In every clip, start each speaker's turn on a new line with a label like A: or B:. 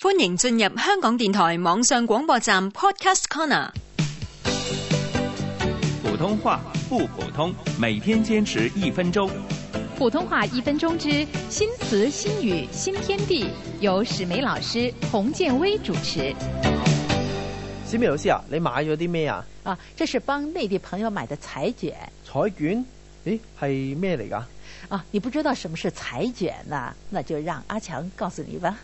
A: 歡迎進入香港電台網上廣播站 Podcast Corner。
B: 普通話不普通，每天堅持一分鐘。
C: 普通話一分鐘之新詞新語新天地，由史梅老師洪建威主持。
D: 小明老師啊，你買咗啲咩啊？
E: 啊，這是幫內地朋友買的彩卷
D: 彩卷？咦，係咩嚟噶？
E: 啊！你不知道什麼是彩卷呐、那就讓阿強告訴你吧。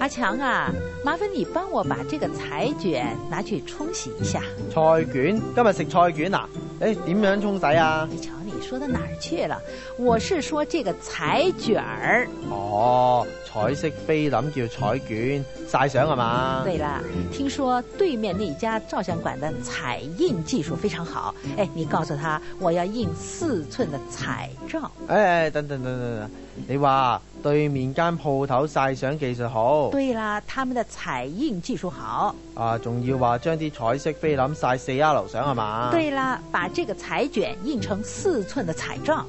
E: 阿強啊，麻煩你幫我把這個彩卷拿去沖洗一下。
D: 菜卷？今日食菜卷啊？誒，點樣沖洗啊？
E: 你瞧你說到哪兒去了？我是說這個彩卷兒。
D: 哦，彩色菲林叫彩卷，晒相係嘛？
E: 對啦，聽說對面那家照相館的彩印技術非常好，哎，你告訴他我要印四寸的彩照。
D: 誒、誒等等等等等，你話對面間鋪頭晒相技術好，
E: 對啦，他們的彩印技術好。
D: 啊，仲要話將啲彩色菲林晒四 R 相係嘛？
E: 對啦，把這個彩卷印成四寸的彩照。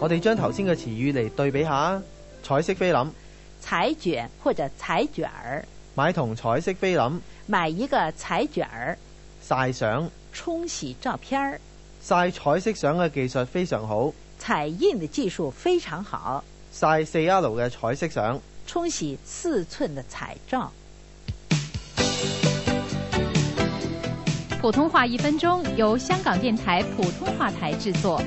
D: 我哋將頭先嘅詞語嚟對比下，彩色菲林
E: 彩卷或者彩卷兒，
D: 買同彩色菲林
E: 买一個彩卷兒，
D: 晒相
E: 沖洗照片兒，
D: 晒彩色相嘅技術非常好，
E: 彩印的技術非常好，
D: 晒四 R 嘅彩色相。
E: 沖洗四寸的彩照。
C: 普通話一分鐘由香港電台普通話台製作。